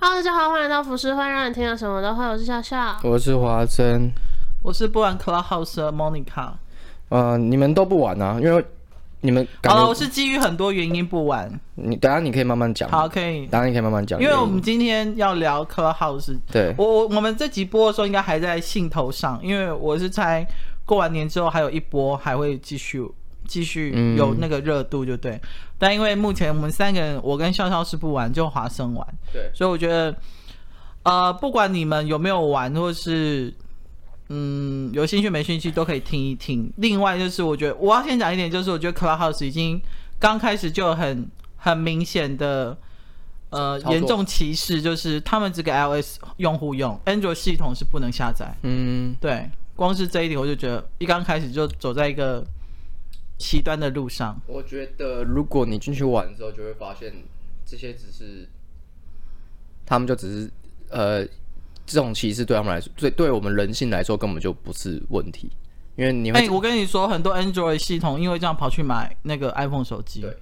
Hello，大家好，欢迎来到服饰会，让你听到什么都会。我是笑啊笑。我是华生，我是不玩 Clubhouse 的 Monica。呃，你们都不玩啊，因为你们感好觉、了，哦我是基于很多原因不玩。你等下你可以慢慢讲，好，可以，等下你可以慢慢讲，因为我们今天要聊 Clubhouse。对我我我们这集播的时候应该还在兴头上，因为我是猜过完年之后还有一波还会继续继续嗯有那个热度，就对。但因为目前我们三个人，我跟笑笑是不玩，就华生玩，对所以我觉得，呃，不管你们有没有玩，或是嗯有兴趣没兴趣，都可以听一听。另外就是，我觉得我要先讲一点，就是我觉得 Clubhouse 已经刚开始就有很很明显的。呃，操作严重歧视就是他们只给 iOS 用户用，Android 系统是不能下载。嗯，对，光是这一点我就觉得一刚开始就走在一个极端的路上。我觉得如果你进去玩之后，就会发现这些只是他们就只是呃，这种歧视对他们来说，对对我们人性来说根本就不是问题，因为你会哎、我跟你说，很多 Android 系统因为这样跑去买那个 iPhone 手机，对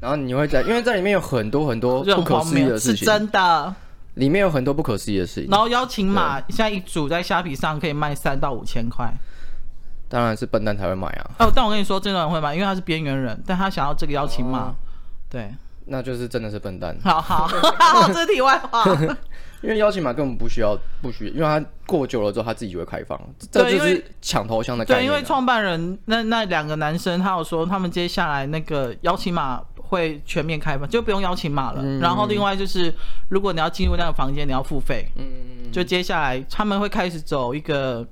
然后你会在，因为在里面有很多很多就不很可荒思议谬，的是事情，真的。里面有很多不可思议的事情，然后邀请码现在一组在虾皮上可以卖三到五千块。当然是笨蛋才会买啊，哦，但我跟你说，这种人会买，因为他是边缘人，但他想要这个邀请哦码。对，那就是真的是笨蛋。好好，好这是题外 话。因为邀请码根本不需要，不需因为它过久了之后，它自己就会开放。这就对因是为抢头香的概对，念因啊、为创办人那那两个男生，他有说他们接下来那个邀请码会全面开放，就不用邀请码了。嗯然后另外就是，如果你要进入那个房间，你要付费。嗯，就接下来他们会开始走一个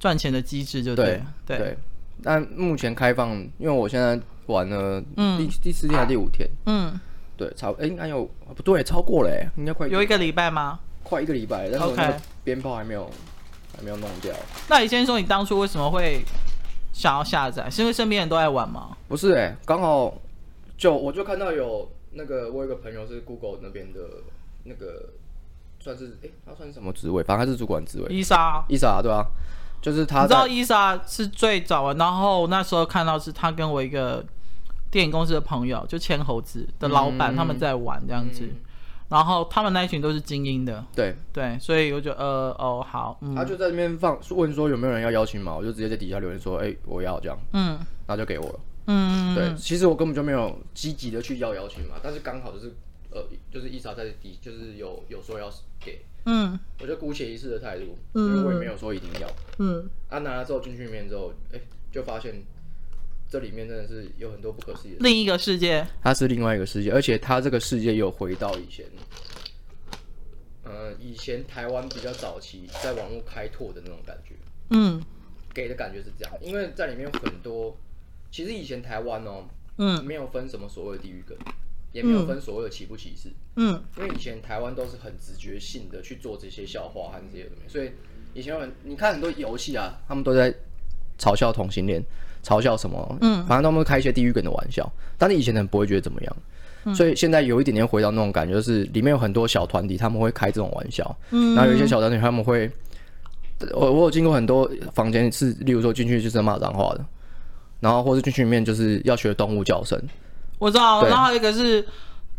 赚钱的机制，就对对对。但目前开放，因为我现在玩了第、第四天还是第五天，嗯，对，超哎、应该有不对，超过了、哎，应该快有一个礼拜吗？快一个礼拜了，但是我那个 OK 鞭炮还没有还没有弄掉。那你先说你当初为什么会想要下载？是因为身边人都爱玩吗？不是哎、刚好就我就看到有那个我有个朋友是 Google 那边的那个算是哎、他算是什么职位？反正他是主管职位，伊莎，伊莎对啊，就是他你知在道伊莎是最早玩，然后那时候看到是她跟我一个电影公司的朋友，就千猴子的老板，嗯他们在玩这样子。然后他们那一群都是精英的，对，对，所以我觉得呃哦好，他嗯就在那边放问说有没有人要邀请码，我就直接在底下留言说，哎、我要这样，嗯然后就给我了。嗯，对，其实我根本就没有积极的去要邀请码，但是刚好就是呃，就是伊莎在底，就是有有说要给，嗯我就姑且一试的态度，因为我也没有说一定要。嗯，啊，拿了之后进去里面之后，哎、就发现这里面真的是有很多不可思议的。另一个世界，它是另外一个世界，而且它这个世界又回到以前。呃，以前台湾比较早期在网络开拓的那种感觉，嗯给的感觉是这样，因为在里面有很多，其实以前台湾哦，嗯没有分什么所谓的地域梗，也没有分所谓的歧不歧视，嗯因为以前台湾都是很直觉性的去做这些笑话和这些东西，所以以前有很你看很多游戏啊，他们都在嘲笑同性恋，嘲笑什么，嗯，反正他们开一些地域梗的玩笑，但是以前人不会觉得怎么样。所以现在有一点点回到那种感觉，就是里面有很多小团体，他们会开这种玩笑，嗯、然后有一些小团体他们会，我我有经过很多房间是，例如说进去就是骂脏话的，然后或是进去里面就是要学动物叫声，我知道，对然后还有一个是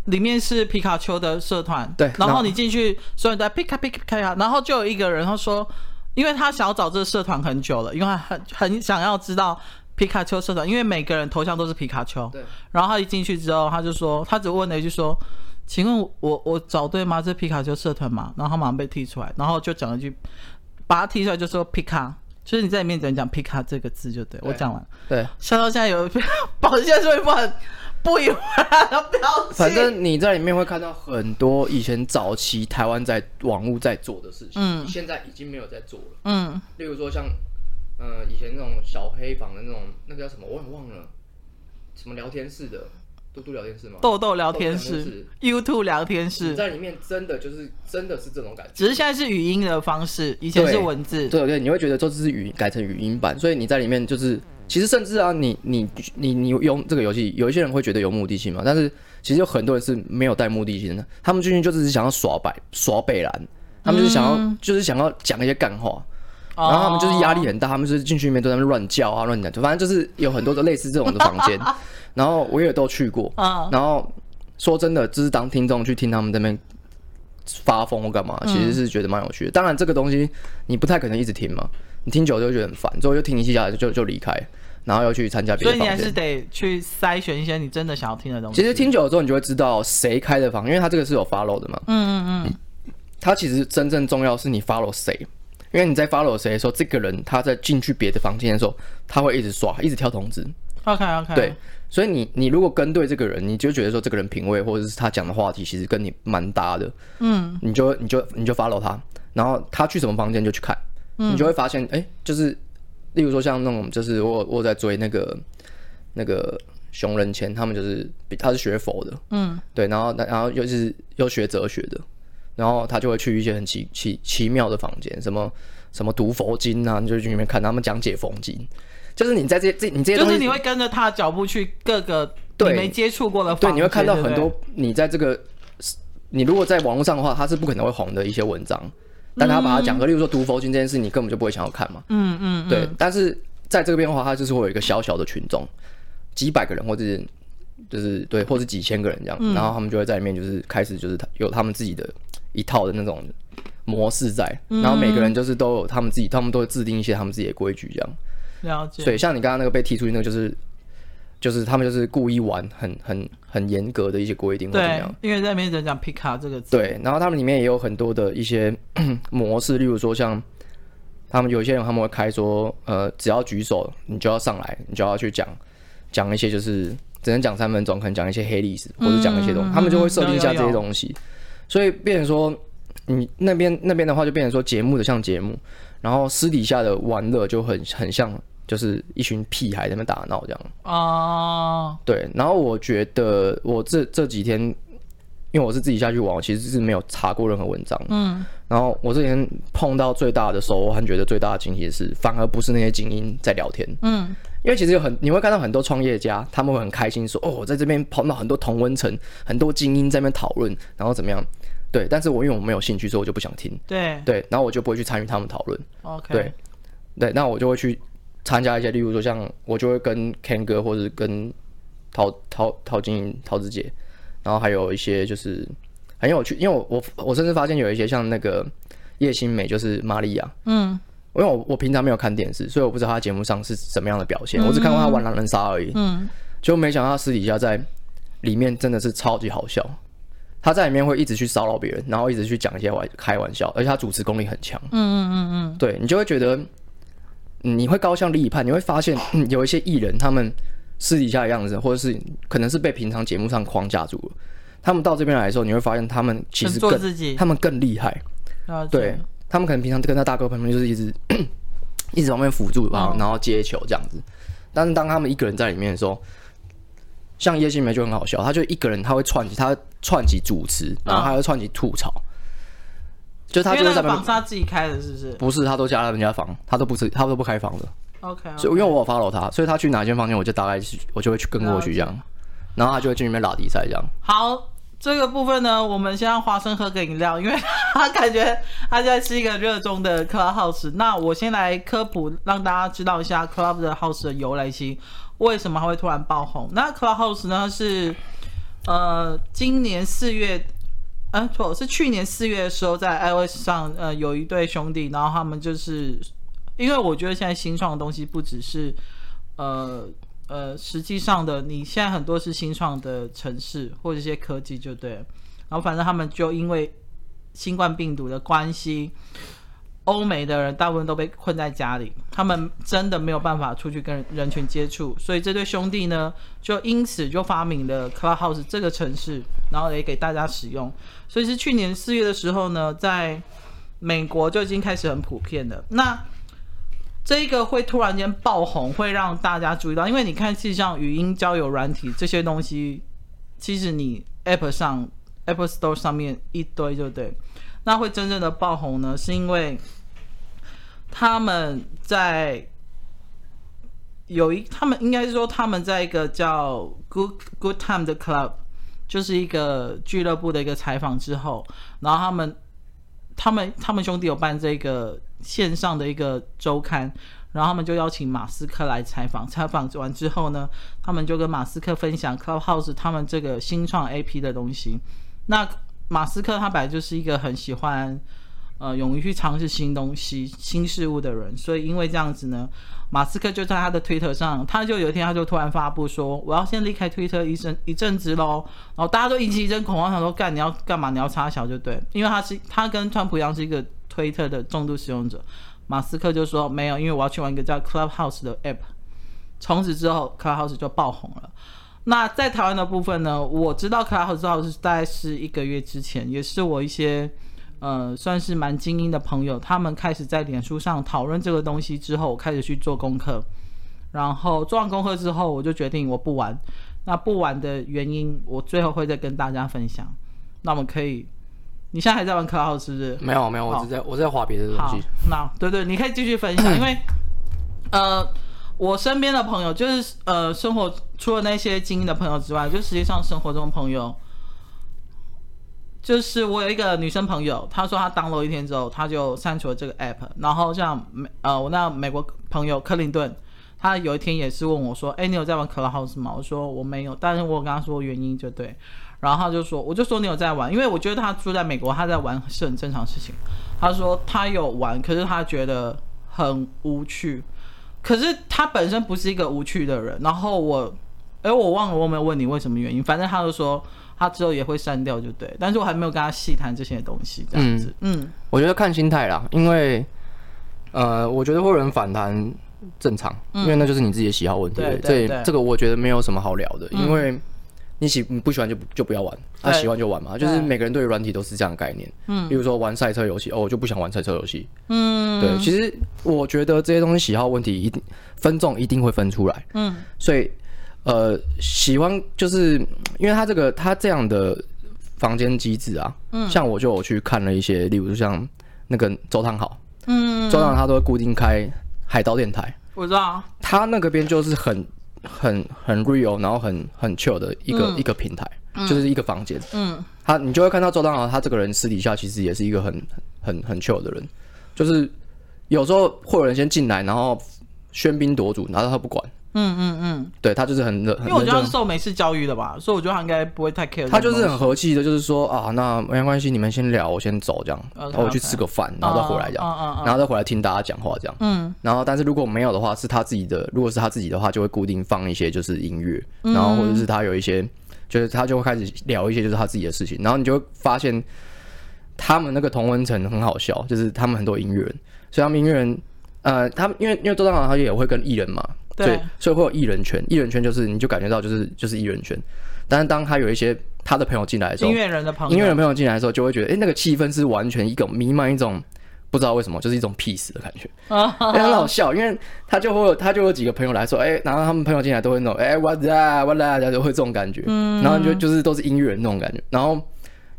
里面是皮卡丘的社团，对然然后后你进去，所有人都在皮卡皮卡皮卡，然后就有一个人他说，因为他想要找这个社团很久了，因为他很很想要知道。皮卡丘社团，因为每个人头像都是皮卡丘，对然后他一进去之后，他就说，他只问了一句说：“请问我我找对吗？这是皮卡丘社团吗？”然后他马上被踢出来，然后就讲了一句，把他踢出来就说“皮卡”，就是你在里面只能讲“皮卡”这个字就对。我对讲完，对，笑笑现在有保现在说一副很不以为然的表情。反正你在里面会看到很多以前早期台湾在网络在做的事情，嗯现在已经没有在做了。嗯，例如说像，呃，以前那种小黑房的那种，那个叫什么，我也忘了，什么聊天室的，嘟嘟聊天室吗？豆豆聊天豆豆聊室、YouTube 聊天你室，在里面真的就是真的是这种感觉。只是现在是语音的方式，以前是对文字。对对，你会觉得这是语改成语音版，所以你在里面就是，其实甚至啊，你你你你用这个游戏，有一些人会觉得有目的性嘛，但是其实有很多人是没有带目的性的，他们进去就只是想要耍白耍北蓝，他们就是想要、就是想要讲一些干话，哦然后他们就是压力很大，他们就是进去里面都在那边乱叫啊乱讲，反正就是有很多的类似这种的房间，然后我也都去过，嗯然后说真的，就是当听众去听他们这边发疯或干嗯嘛，其实是觉得蛮有趣的。当然，这个东西你不太可能一直听嘛，你听久了就会觉得很烦，之后就听一下就就就离开，然后又去参加别所的以你房还是间。得去筛选一些你真的想要听的东西。其实听久了之后，你就会知道谁开的房，因为他这个是有 follow 的嘛。嗯嗯嗯。他其实真正重要是你 follow 谁，因为你在 follow 谁的时候，这个人他在进去别的房间的时候，他会一直刷，一直跳通知。 OK OK，对，，所以你你如果跟对这个人，你就觉得说这个人品味或者是他讲的话题其实跟你蛮搭的，嗯，你就你就你就 follow 他，然后他去什么房间就去看，你就会发现，哎、就是例如说像那种就是我我有在追那个那个熊仁谦，他们就是比他是学佛的，嗯，对，然后然后又是又学哲学的，然后他就会去一些很奇奇奇妙的房间，什么什么读佛经啊，你就去里面看他们讲解佛经。就是你在这这你这些就东西，是你会跟着他的脚步去各个你对没接触过的对，房间，你会看到对不很对多你在这个，你如果在网络上的话，它是不可能会红的一些文章，但他把它讲和，例如说读佛经这件事，你根本就不会想要看嘛。嗯嗯对，但是在这边的话，它就是会有一个小小的群众，几百个人或者是就是对，或是几千个人这样，嗯然后他们就会在里面就是开始就是他有他们自己的一套的那种模式在，嗯然后每个人就是都有他们自己，他们都会制定一些他们自己的规矩这样。了解。所以像你刚刚那个被踢出去那个就是。就是他们就是故意玩很很很严格的一些规定或怎么对样，，因为在那边只讲 “pick up” 这个词，对，然后他们里面也有很多的一些 模式，例如说像他们有一些人他们会开说，呃，只要举手你就要上来，你就要去讲讲一些就是只能讲三分钟，可能讲一些黑历史或者讲一些东西，他们就会设定一下有有这些有东西，所以变成说你那边那边的话就变成说节目的像节目，然后私底下的玩乐就很很像就是一群屁孩在那边打闹这样。哦，对，然后我觉得我这这几天，因为我是自己下去玩，我其实是没有查过任何文章。嗯，然后我这几天碰到最大的收获，和觉得最大的惊喜是，反而不是那些精英在聊天。嗯，因为其实有很你会看到很多创业家，他们会很开心说：“哦，我在这边碰到很多同温层，很多精英在那边讨论，然后怎么样？”对，但是我因为我没有兴趣，所以我就不想听。对对，然后我就不会去参与他们讨论。 ，OK，对，对，那我就会去参加一些，例如说像我就会跟 Ken 哥，或者跟陶陶陶晶莹、陶子姐，然后还有一些就是很有趣，因为我我我甚至发现有一些像那个叶新美，就是玛利亚，嗯，因为我我平常没有看电视，所以我不知道她节目上是什么样的表现，我只看过她玩狼人杀而已，嗯，就没想到她私底下在里面真的是超级好笑。她在里面会一直去骚扰别人，然后一直去讲一些玩开玩笑，而且她主持功力很强。嗯嗯嗯嗯，对你就会觉得嗯你会高效立判，你会发现、嗯有一些艺人他们私底下的样子，或者是可能是被平常节目上框架住了。他们到这边来的时候，你会发现他们其实很做更自己他们更厉害。了解对，他们可能平常跟他大哥朋友就是一直 一直往面辅助吧，嗯然后接球这样子。但是当他们一个人在里面的时候，像叶新梅就很好笑，他就一个人他会串起他会串起主持，然后他会串起吐槽，就是他就嗯因为会在那个那房边是他自己开的，是不是不是他都加人家房，他都不是他都不开房的。 ？OK，所以因为我有 follow 他，所以他去哪间房间，我就大概去，我就会去跟过去这样，然后他就会进里面拉比赛这样。好。这个部分呢，我们先让华生喝个饮料，因为 他感觉他现在是一个热衷的 Clubhouse。那我先来科普，让大家知道一下 Clubhouse 的由来，以及为什么它会突然爆红。那 Clubhouse 呢是呃今年四月嗯，错，是去年四月的时候，在 iOS 上，呃，有一对兄弟，然后他们就是，因为我觉得现在新创的东西不只是，呃呃，实际上的，你现在很多是新创的城市或者一些科技，就对了。然后反正他们就因为新冠病毒的关系，欧美的人大部分都被困在家里，他们真的没有办法出去跟人群接触，所以这对兄弟呢，就因此就发明了 Clubhouse 这个城市，然后也给大家使用。所以是去年四月的时候呢，在美国就已经开始很普遍了。那这一个会突然间爆红，会让大家注意到，因为你看，事实上语音交友软体这些东西，其实你 App 上 Apple Store 上面一堆，就对。那会真正的爆红呢，是因为他们在有一，他们应该是说他们在一个叫 Good Good Time 的 Club，就是一个俱乐部的一个采访之后，然后他们他们他们兄弟有办这个线上的一个周刊，然后他们就邀请马斯克来采访。采访完之后呢，他们就跟马斯克分享 Clubhouse 他们这个新创 AP 的东西。那马斯克他本来就是一个很喜欢呃勇于去尝试新东西、新事物的人，所以因为这样子呢，马斯克就在他的推特上，他就有一天他就突然发布说，我要先离开推特一阵一阵子喽，然后大家都引起一阵恐慌，想说干你要干嘛？你要插小就对，因为他是他跟川普一样是一个推特的重度使用者，马斯克就说没有，因为我要去玩一个叫 Clubhouse 的 app，从此之后 Clubhouse 就爆红了。那在台湾的部分呢，我知道 Clubhouse 大概是一个月之前，也是我一些呃算是蛮精英的朋友，他们开始在脸书上讨论这个东西之后，我开始去做功课，然后做完功课之后，我就决定我不玩。那不玩的原因，我最后会再跟大家分享。那我们可以，你现在还在玩 Clubhouse 是不是？没有没有，我只在我在画别的东好西。，那对对，你可以继续分享，因为呃，我身边的朋友就是呃，生活除了那些精英的朋友之外，就实际上生活中的朋友，就是我有一个女生朋友，她说她 download 一天之后，她就删除了这个 app，然后像美呃，我那美国朋友克林顿。他有一天也是问我说：“哎、你有在玩 Clubhouse 吗？”我说：“我没有。”但是我有跟他说原因就对，然后他就说：“我就说你有在玩，因为我觉得他住在美国，他在玩是很正常的事情。”他说他有玩，可是他觉得很无趣。可是他本身不是一个无趣的人。然后我，哎，我忘了我有没有问你为什么原因，反正他就说他之后也会删掉，就对。但是我还没有跟他细谈这些东西，这样子。嗯我觉得看心态啦，因为呃，我觉得会有人反弹正常，因为那就是你自己的喜好问题。嗯对对这也对嗯这个我觉得没有什么好聊的，因为你喜你不喜欢就不就不要玩，他、对喜欢就玩嘛，就对是每个人对于软体都是这样的概念。嗯，比如说玩赛车游戏，哦，我就不想玩赛车游戏。嗯对，其实我觉得这些东西喜好问题一定分众一定会分出来。嗯，所以呃，喜欢就是因为他这个他这样的房间机制啊，嗯，像我就有去看了一些，例如像那个周汤好，嗯，周汤好他都会固定开海盗电台，我知道。啊他那个边就是很很很 real，然后很很 chill 的一个、一个平台，就是一个房间，嗯，他你就会看到周汤豪，他这个人私底下其实也是一个很很很 chill 的人，就是有时候会有人先进来，然后喧宾夺主，然后他不管，嗯嗯嗯，对他就是很因很为我觉认得他真是。受美式教育的吧，所以我觉得他应该不会太 care 这种东西。他就是很和气的，就是说啊，那没关系，你们先聊，我先走这样，然 OK，后我去吃个饭，然后再回来这样，嗯嗯嗯嗯然后再回来听大家讲话这样。嗯，然后但是如果没有的话，是他自己的，如果是他自己的话，就会固定放一些就是音乐，嗯然后或者是他有一些，就是他就会开始聊一些就是他自己的事情，然后你就会发现他们那个同温层很好笑，就是他们很多音乐人，所以他们音乐人，呃，他们因为因为周汤豪他也会跟艺人嘛，对所以所以会有艺人圈，艺人圈就是你就感觉到就是就是艺人圈，但是当他有一些他的朋友进来的时候音，乐人的朋友，音乐人朋友进来的时候，就会觉得，哎、那个气氛是完全一种弥漫一种不知道为什么，就是一种 peace 的感 觉，哦哎、很好笑，因为他就会有他就有几个朋友来说，哎、然后他们朋友进来都会那种，哎、w h a t s up what's up，就会这种感觉，嗯然后就就是都是音乐人那种感觉，然后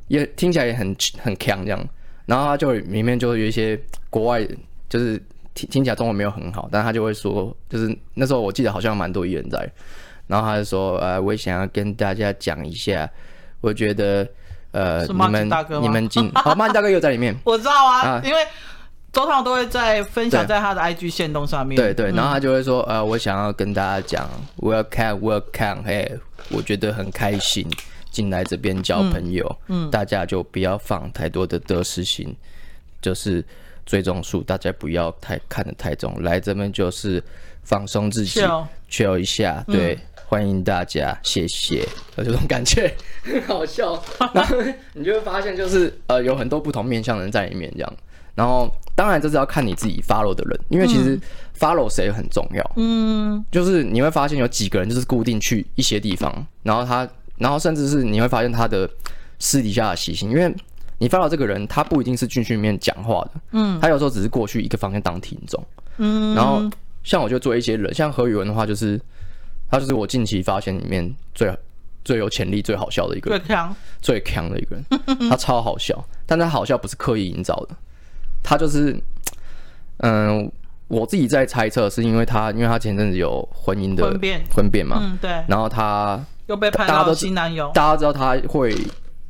也听起来也很很强这样，然后他就里面就有一些国外就是。听听起来中文没有很好，但他就会说，就是那时候我记得好像蛮多艺人在，然后他就说，呃，我也想要跟大家讲一下，我觉得，呃，是你马吉们大哥吗你们进，好，马吉大哥又在里面， 我知道啊，啊因为周汤都会在分享对在他的 IG 线动上面。对对，然后他就会说，呃，我想要跟大家讲，welcome welcome，嘿，我觉得很开心进来这边交朋友，嗯，大家就不要放太多的得失心，就是追踪数，大家不要太看得太重，来这边就是放松自己 Chill ，chill 一下，对。欢迎大家，谢谢，有这种感觉，很好 笑。然后你就会发现，就是呃，有很多不同面向的人在里面这样。然后当然这是要看你自己 follow 的人，因为其实 follow 谁很重要。嗯，就是你会发现有几个人就是固定去一些地方，然后他，然后甚至是你会发现他的私底下的习性，因为你 follow 这个人，他不一定是军训里面讲话的，嗯，他有时候只是过去一个房间当听众，嗯，然后像我就做一些人，像何宇文的话，就是他就是我近期发现里面最最有潜力、最好笑的一个人对，强，最强的一个人， 他超好笑，但他好笑不是刻意营造的，他就是，嗯、我自己在猜测是因为他，因为他前阵子有婚姻的婚变婚变嘛，嗯，对，然后他又被拍大家到都新男友，大家知道他会，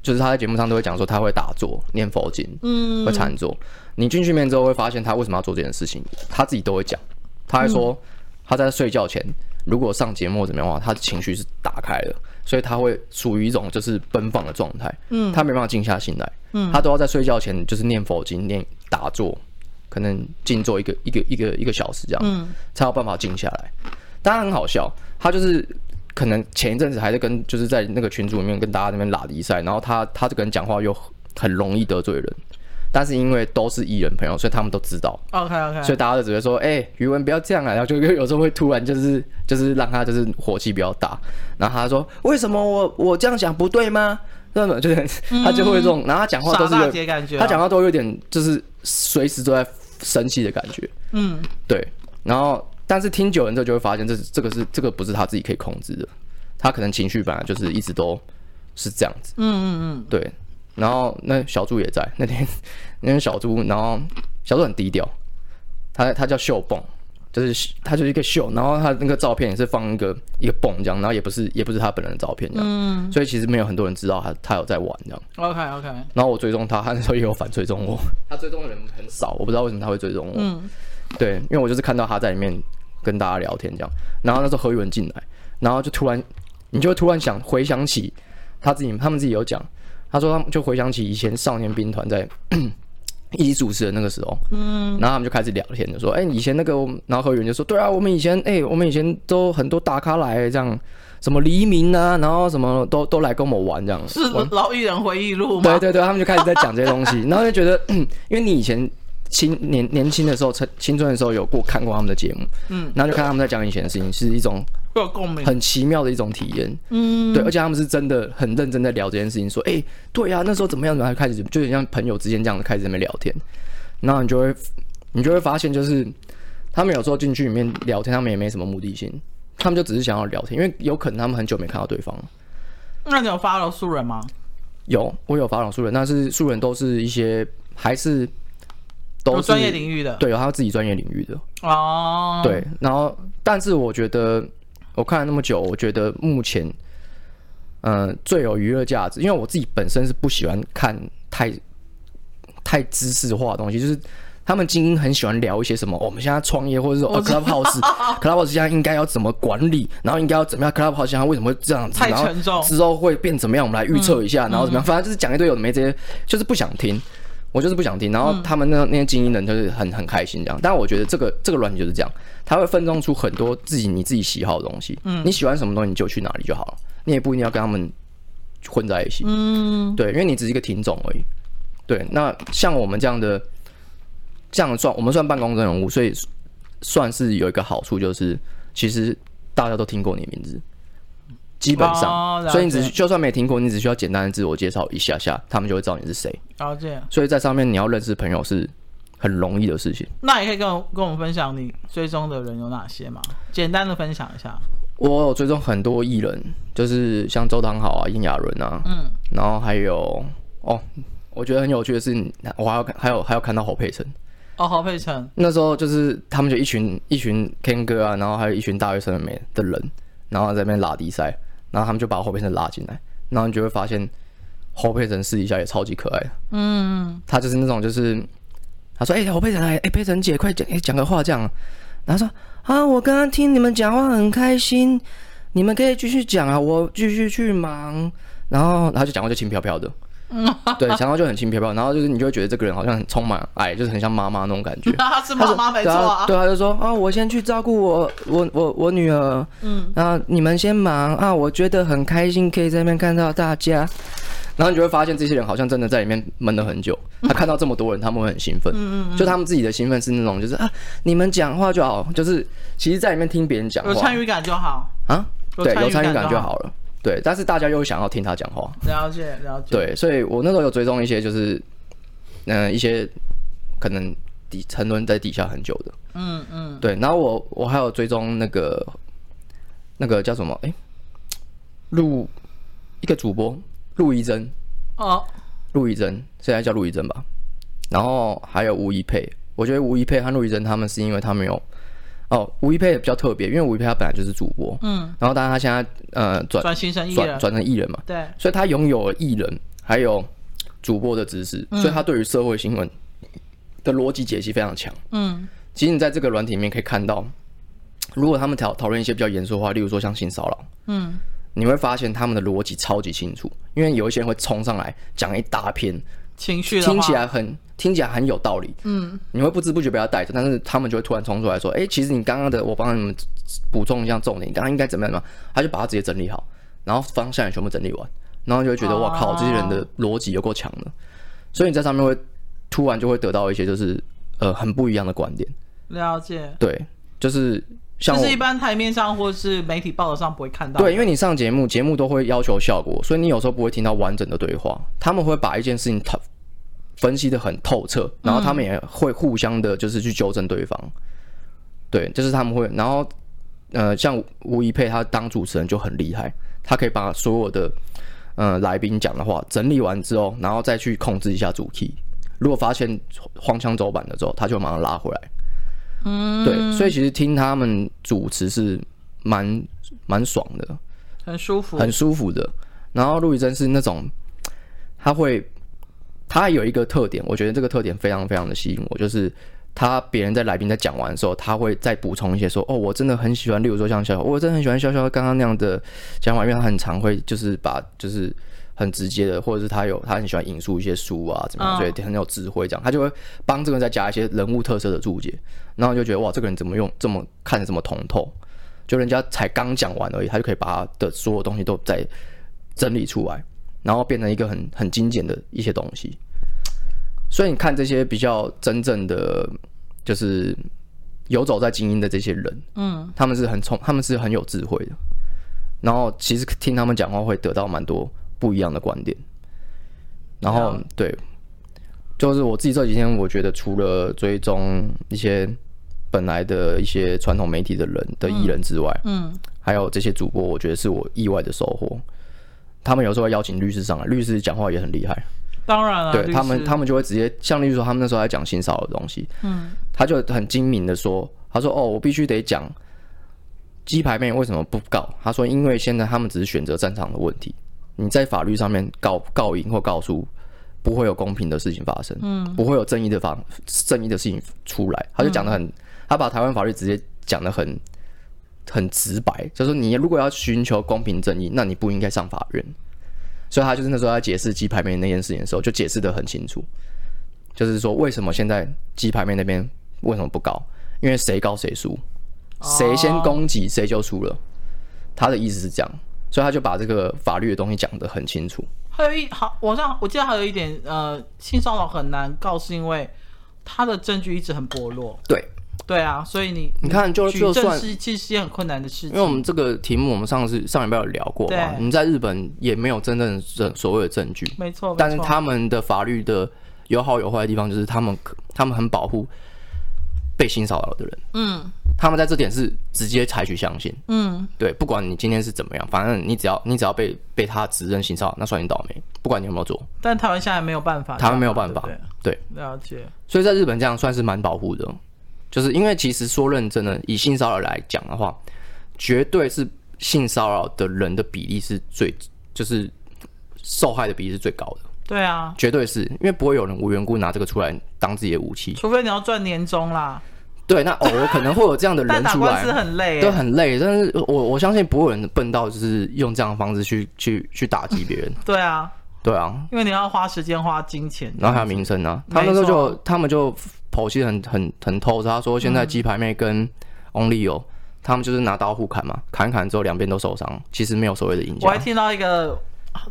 就是他在节目上都会讲说他会打坐、念佛经，嗯，会禅坐。你进去面之后会发现他为什么要做这件事情，他自己都会讲，嗯他还说他在睡觉前如果上节目怎么样的话，他的情绪是打开的，所以他会处于一种就是奔放的状态，嗯，他没办法静下心来，嗯，他都要在睡觉前就是念佛经、念打坐，可能静坐一个一个一个一个小时这样，嗯，才有办法静下来。当然很好笑，他就是可能前一阵子还在跟就是在那个群组里面跟大家那边拉迪赛，然后他他这个人讲话又很容易得罪人，但是因为都是艺人朋友，所以他们都知道， OK 所 OK，以大家就只会说，哎、余文不要这样啊，然后就有时候会突然就是就是让他就是火气比较大，然后他说为什么我我这样想不对吗？那种就是他就会这种，然后他讲话都是傻大有姐感觉啊，他讲话都有点就是随时都在生气的感觉，嗯，对，然后但是听久了之后就会发现这是这个是这个不是他自己可以控制的，他可能情绪本来就是一直都是这样子，嗯嗯嗯，对，然后那小猪也在 那天，那天小猪，然后小猪很低调，他他叫秀蹦，就是他就是一个秀，然后他那个照片也是放一个一个蹦这样，然后也不是也不是他本人的照片这样，嗯，所以其实没有很多人知道他他有在玩这样， OK OK，然后我追踪他，他那时候也有反追踪我，他追踪的人很少，我不知道为什么他会追踪我，嗯，对，因为我就是看到他在里面跟大家聊天这样，然后那时候何宇文进来，然后就突然，你就会突然想回想起他自己，他们自己有讲，他说他们就回想起以前少年兵团在 一起主持的那个时候，嗯，然后他们就开始聊天，就说，哎、你以前那个我们，然后何宇文就说，对啊，我们以前，哎、我们以前都很多大咖来这样，什么黎明啊，然后什么都都来跟我们玩这样，是玩老艺人回忆录吗对？对对，他们就开始在讲这些东西，然后就觉得，嗯因为你以前青年年轻的时候，青青春的时候有过看过他们的节目，嗯，然后就看他们在讲以前的事情，是一种会有共鸣。很奇妙的一种体验，嗯，对，而且他们是真的很认真在聊这件事情，说，哎、对啊，那时候怎么样，然后开始就很像朋友之间这样子开始在那边聊天，然后你就会你就会发现，就是他们有时候进去里面聊天，他们也没什么目的性，他们就只是想要聊天，因为有可能他们很久没看到对方了。那你有 follow 素人吗？有，我有法老素人，但是素人都是一些还是都有是专业领域的。对，有他自己专业领域的，哦，，对。然后，但是我觉得我看了那么久，我觉得目前，呃，最有娱乐价值，因为我自己本身是不喜欢看太太知识化的东西，就是。他们精英很喜欢聊一些什么，哦我们现在创业，或者是哦 Clubhouse，Clubhouse 现在应该要怎么管理，然后应该要怎么样，Clubhouse 现在为什么会这样子，太然后沉重嗯之后会变怎么样，我们来预测一下，然后怎么样，反正就是讲一堆有的没这些，就是不想听，我就是不想听。然嗯后他们那那些精英人就是很很开心这样，但我觉得这个这个软体就是这样，它会分钟出很多自己你自己喜好的东西，嗯你喜欢什么东西你就去哪里就好了，你也不一定要跟他们混在一起，嗯，对，因为你只是一个听众而已。对，那像我们这样的这样的算我们算办公人物，所以算是有一个好处就是，其实大家都听过你的名字。基本哦上，了解所以你只就算没听过，你只需要简单的自我介绍一下下，他们就会知道你是谁。了解。所以在上面你要认识朋友是很容易的事情。那也可以跟我跟我们分享你追踪的人有哪些吗？简单的分享一下。我有追踪很多艺人，就是像周汤豪啊、炎亚纶啊，嗯，然后还有哦，我觉得很有趣的是，我还有看还有还有看到侯佩岑。哦，侯佩岑，那时候就是他们就一群一群 Ken 哥啊，然后还有一群大学生的美的人，然后在那边拉低赛，然后他们就把侯佩岑拉进来，然后你就会发现侯佩岑私底下也超级可爱的，嗯，他就是那种就是他说哎、侯佩岑来，哎、佩岑姐快讲哎讲个话这样，然后说啊我刚刚听你们讲话很开心，你们可以继续讲啊，我继续去忙，然后他就讲话就轻飘飘的。对，讲话就很轻飘飘，然后就是你就会觉得这个人好像很充满爱，就是很像妈妈那种感觉。他是他妈说 妈没错啊。对啊，对啊就说啊，我先去照顾我我我我女儿，嗯，然后你们先忙啊，我觉得很开心，可以在那边看到大家。然后你就会发现，这些人好像真的在里面闷了 很久。他看到这么多人，他们会很兴奋。嗯嗯就他们自己的兴奋是那种，就是啊，你们讲话就好，就是其实在里面听别人讲有话参与感就好。啊，有对，有参参与与感感就就好好了。对，但是大家又想要听他讲话。了解了解。，对，所以我那时候有追踪一些，就是嗯、呃一些可能底沉沦在底下很久的，嗯嗯，对。然后我我还有追踪那个那个叫什么？哎、陆一个主播陆一珍，哦，陆一珍现在叫陆一珍吧。然后还有吴一佩，我觉得吴一佩和陆一珍他们是因为他们有哦，吴一佩比较特别，因为吴一佩他本来就是主播，嗯，然后但是他现在呃转转型成艺转人，转成艺人嘛，对，所以他拥有了艺人还有主播的知识，嗯所以他对于社会新闻的逻辑解析非常强。嗯，其实你在这个软体里面可以看到，如果他们讨讨论一些比较严肃的话，例如说像性骚扰，嗯，你会发现他们的逻辑超级清楚，因为有一些人会冲上来讲一大篇，情绪的话听起来很听起来很有道理，嗯，你会不知不觉被他带着，但是他们就会突然冲出来说，哎、其实你刚刚的我帮你们补充一下重点，你刚刚应该怎么样怎么样，他就把它直接整理好，然后方向也全部整理完，然后就会觉得哦哇靠，这些人的逻辑有够强的，所以你在上面会突然就会得到一些就是呃很不一样的观点，了解，对，就是像就我是一般台面上或是媒体报道上不会看到。对，因为你上节目，节目都会要求效果，所以你有时候不会听到完整的对话。他们会把一件事情透分析的很透彻，然后他们也会互相的，就是去纠正对方。对，就是他们会，然后呃，像吴一佩他当主持人就很厉害，他可以把所有的呃来宾讲的话整理完之后，然后再去控制一下主题。如果发现荒腔走板了之后，他就马上拉回来。嗯，对，所以其实听他们主持是蛮蛮爽的。很舒服，很舒服的。然后陆宇珍是那种，他会，他有一个特点，我觉得这个特点非常非常的吸引我，就是他别人在来宾在讲完的时候，他会再补充一些说，哦，我真的很喜欢，例如说像潇潇，我真的很喜欢潇潇刚刚那样的讲法，因为他很常会就是把就是很直接的，或者是他有他很喜欢引述一些书啊，怎么样，嗯所以很有智慧这样，他就会帮这个人再加一些人物特色的注解，然后就觉得哇，这个人怎么用这么看着这么通透，就人家才刚讲完而已，他就可以把他的所有东西都再整理出来，然后变成一个很很精简的一些东西。所以你看这些比较真正的，就是游走在精英的这些人，嗯，他们是很聪，他们是很有智慧的。然后其实听他们讲话会得到蛮多不一样的观点。然后对，就是我自己这几天，我觉得除了追踪一些本来的一些传统媒体的人的艺人之外，嗯，还有这些主播，我觉得是我意外的收获。他们有时候会邀请律师上来，律师讲话也很厉害。当然了，对啊律他们，师他们就会直接像例如说，他们那时候在讲性骚扰的东西，嗯，他就很精明的说，他说哦，我必须得讲鸡排妹为什么不告？他说因为现在他们只是选择战场的问题，你在法律上面告告赢或告输，不会有公平的事情发生，嗯，不会有正义的法正义的事情出来。他就讲的很，他把台湾法律直接讲的很。很直白，就是说你如果要寻求公平正义，那你不应该上法院。所以他就是那时候在解释鸡排妹那件事情的时候，就解释的很清楚，就是说为什么现在鸡排妹那边为什么不告，因为谁告谁输，谁先攻击谁就输了。他的意思是这样，所以他就把这个法律的东西讲得很清楚。还有一好，我上我记得还有一点，呃，性骚扰很难告，是因为他的证据一直很薄弱。对，对啊，所以你你看就举就证算是其实是一件很困难的事因为我情。们这个题目我们上次上礼拜有聊过嘛，对你在日本也没有真正的所谓的证据，没错，没错啊但是他们的法律的有好有坏的地方，就是他们可他们很保护被性骚扰的人。嗯，他们在这点是直接采取相信。嗯，对，不管你今天是怎么样，反正你只要你只要被被他指认性骚扰，那算你倒霉，不管你有没有做。但台湾现在没有办法，台湾没有办法啊对不对，对了解。所以在日本这样算是蛮保护的，就是因为其实说认真的，以性骚扰来讲的话，绝对是性骚扰的人的比例是最，就是受害的比例是最高的，对啊，绝对是因为不会有人无缘故拿这个出来当自己的武器。除非你要赚年终啦， 对，那偶尔可能会有这样的但人打出官来司，很累欸、都很累，但是我我相信不会有人笨到就是用这样的方式去去去打击别 人，对啊，对啊，因为你要花时间花金钱。然后还有名声啊，没他们那时候错就他们就剖析得很很很透彻，他说现在鸡排妹跟 Only 有、他们就是拿刀互砍嘛，砍一砍之后两边都受伤，其实没有所谓的赢我还家，听到一个，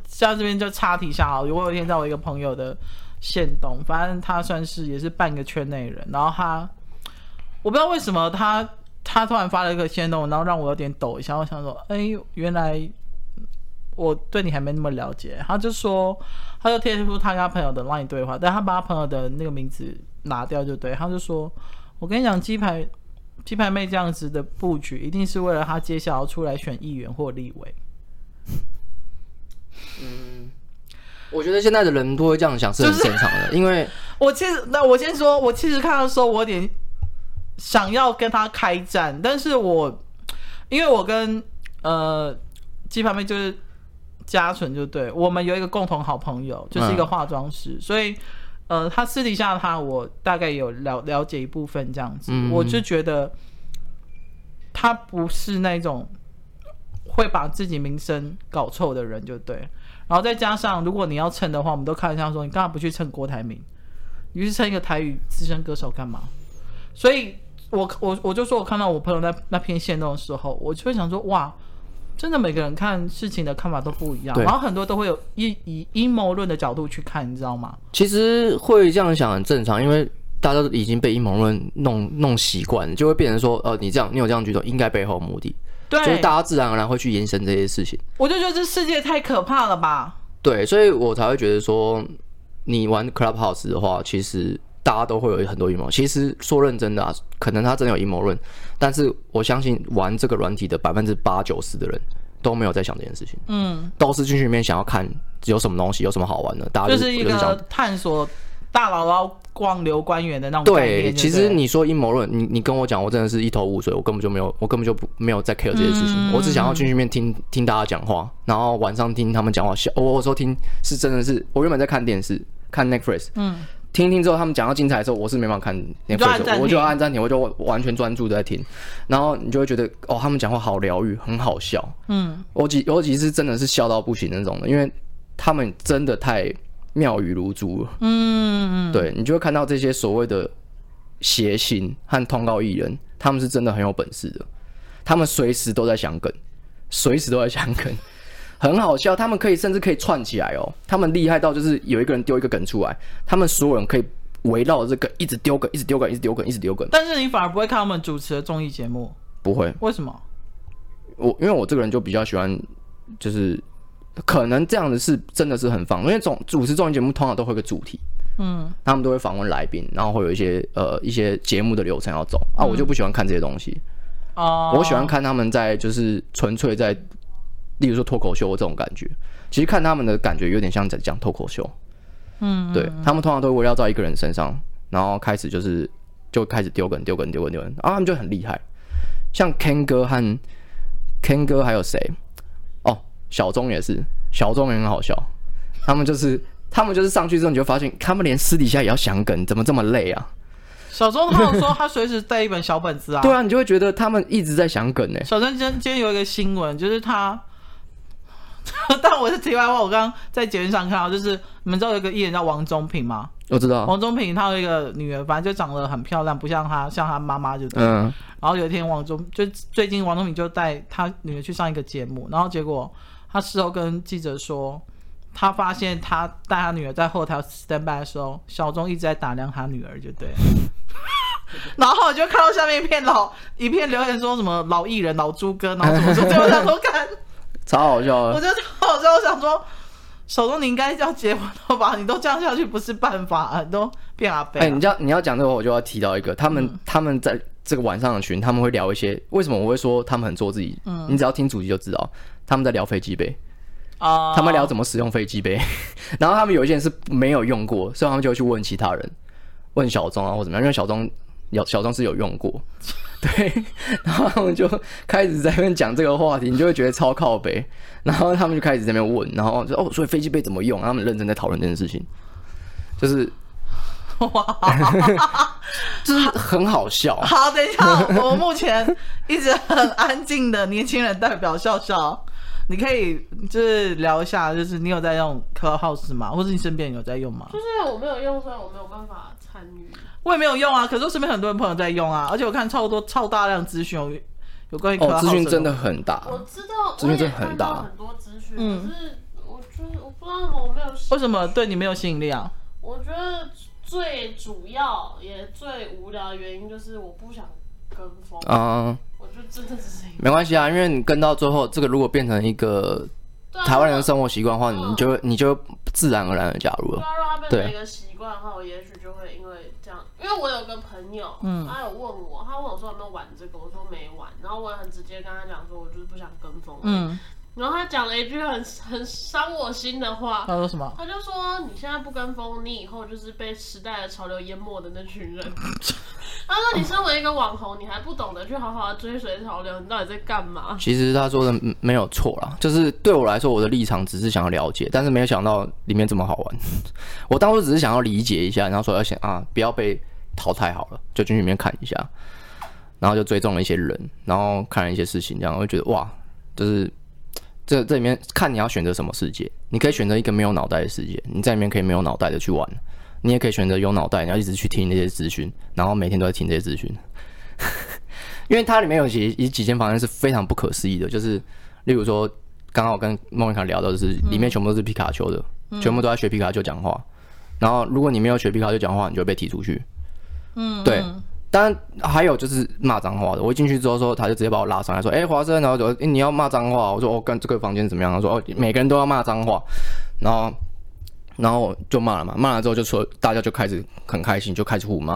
像这边就插题一下啊，我有一天在我一个朋友的线动，反正他算是也是半个圈内人，然后他我不知道为什么他他突然发了一个线动，然后让我有点抖一下，我想说，哎、原来我对你还没那么了解。他就说，他就贴出他跟他朋友的 LINE 对话，但他把他朋友的那个名字拿掉就对，他就说，我跟你讲，鸡排鸡排妹这样子的布局，一定是为了他接下来要出来选议员或立委。我觉得现在的人都会这样想是很正常的，因为我其实，那我先说，我其实看到的时候，我有点想要跟他开战，但是我因为我跟呃鸡排妹就是嘉纯，就对我们有一个共同好朋友，就是一个化妆师，所以呃，他私底下他我大概有了了解一部分这样子，嗯我就觉得他不是那种。会把自己名声搞臭的人，就对。然后再加上，如果你要蹭的话，我们都开玩笑说，你干嘛不去蹭郭台铭？你去蹭一个台语资深歌手干嘛？所以我我我就说我看到我朋友在那篇线动的时候，我就会想说，哇，真的每个人看事情的看法都不一样，对然后很多都会有以以阴谋论的角度去看，你知道吗？其实会这样想很正常，因为大家都已经被阴谋论弄弄习惯了，就会变成说，呃，你这样，你有这样举动，应该背后有目的，对，就是大家自然而然会去延伸这些事情。我就觉得这世界太可怕了吧？对，所以我才会觉得说，你玩 Clubhouse 的话，其实大家都会有很多阴谋。其实说认真的啊，可能他真的有阴谋论，但是我相信玩这个软体的百分之八九十的人都没有在想这件事情，嗯，都是进去里面想要看有什么东西，有什么好玩的，大家就就是是一啊想个探索大姥姥逛刘官园的那种概念对，就其实对你说阴谋论，你你跟我讲，我真的是一头雾水，我根本就没有，我根本就不没有在 care 这些事情，嗯我只想要进去面听听大家讲话，然后晚上听他们讲话笑。我我说听是真的是，我原本在看电视，看 Netflix，嗯，听一听之后他们讲到精彩的时候，我是没办法看就按 Netflix，暂的我就停按暂停，我就完全专注在听，然后你就会觉得哦，他们讲话好疗愈，很好笑，嗯，我几我几次真的是笑到不行那种的，因为他们真的太妙语如珠了。嗯，对你就会看到这些所谓的谐星和通告艺人，他们是真的很有本事的，他们随时都在想梗，随时都在想梗。 很好笑，他们可以甚至可以串起来哦。他们厉害到就是有一个人丢一个梗出来，他们所有人可以围绕着这个一直丢梗，一直丢梗，一直丢梗，一直丢梗。但是你反而不会看他们主持的综艺节目，不会，为什么？我因为我这个人就比较喜欢，就是可能这样子是真的是很放，因为总主持综艺节目通常都会有个主题，嗯，他们都会访问来宾，然后会有一些呃一些节目的流程要走啊，我就不喜欢看这些东西，哦、啊我喜欢看他们在就是纯粹在，例如说脱口秀这种感觉，其实看他们的感觉有点像在讲脱口秀，嗯，对他们通常都会围绕到一个人身上，然后开始就是就开始丢梗丢梗丢梗丢梗，啊，他们就很厉害，像 Ken 哥和 Ken 哥还有谁？哦，小钟也是，小钟也很好笑，他们就是。他们就是上去之后，你就发现他们连私底下也要想梗，怎么这么累啊？小钟他有说他随时带一本小本子啊。对啊，你就会觉得他们一直在想梗呢、欸小郑今天今天有一个新闻，就是他， 但我是题外话，我刚刚在节目上看到，就是你们知道有一个艺人叫王宗平吗？我知道，王宗平他有一个女儿，反正就长得很漂亮，不像他像他妈妈就对。嗯，然后有一天王宗就最近王宗平就带他女儿去上一个节目，然后结果他事后跟记者说。他发现他带他女儿在后台 stand by 的时候，小钟一直在打量他女儿，就对了。然后我就看到下面一片老一片留言说什么老艺人、老猪哥，然后什么什么，最后想说看，超好笑哎的我。就我就想说，小钟你应该要结婚了吧？你都这样下去不是办法啊，嗯你都变阿伯哎、了。你这样你要讲这个，我就要提到一个，他们、他们在这个晚上的群，他们会聊一些为什么我会说他们很做自己，嗯你只要听主题就知道，他们在聊飞机杯，啊哎他们聊怎么使用飞机杯， 然后他们有一些人是没有用过，所以他们就会去问其他人，问小钟啊或怎么样，因为小钟有小钟是有用过， 对，然后他们就开始在那边讲这个话题，你就会觉得超靠北，然后他们就开始在那边问，然后就哦，所以飞机杯怎么用？他们认真在讨论这件事情，就是。 就是很好笑， 好，等一 下，我目前一直很安静的年轻人代表笑笑，你可以就是聊一下，就是你有在用 Clubhouse 吗？或者你身边有在用吗？就是我没有用，所以我没有办法参与。我也没有用啊，可是我身边很多人朋友在用啊，而且我看超多超大量资讯有有关于 Clubhouse 哦，资讯东真的很大，我知道，资我讯也真的很看大到很多资讯，嗯可是我就是我不知道为什么我没有。为什么对你没有吸引力啊？我觉得最主要也最无聊的原因就是我不想跟风，嗯，我就真的只是一个没关系啊，因为你跟到最后，这个如果变成一个对啊台湾人的如果生活习惯的话，你就会你就会自然而然的加入对了。啊，如果它变成对一个习惯的话，我也许就会因为这样，因为我有个朋友，嗯他有问我，他问我说有没有玩这个，我说没玩，然后我也很直接跟他讲说，我就是不想跟风，嗯，然后他讲了一句很很伤我心的话，他说什么？他就说：“你现在不跟风，你以后就是被时代的潮流淹没的那群人。” 他说：“你身为一个网红，你还不懂得去好好的追随潮流，你到底在干嘛其实他说的嗯没有错啦，就是对我来说，我的立场只是想要了解，但是没有想到里面这么好玩。 我当初只是想要理解一下，然后说要想啊，不要被淘汰好了，就进去里面看一下，然后就追踪了一些人，然后看了一些事情，这样我就觉得哇，就是这这里面看你要选择什么世界，你可以选择一个没有脑袋的世界，你在里面可以没有脑袋的去玩，你也可以选择有脑袋，你要一直去听那些资讯，然后每天都在听这些资讯。因为它里面有几有几间房间是非常不可思议的，就是例如说，刚刚我跟孟一卡聊到，就是里面全部都是皮卡丘的，全部都在学皮卡丘讲话。然后如果你没有学皮卡丘讲话，你就会被踢出去。嗯，对。当然还有就是骂脏话的，我一进去之后说，他就直接把我拉上来说：“哎、华生，然后就说、诶你要骂脏话。”我说：“哦，干这个房间怎么样？”他说：“哦，每个人都要骂脏话。”然后，然后就骂了嘛，骂了之后就说大家就开始很开心，就开始互骂。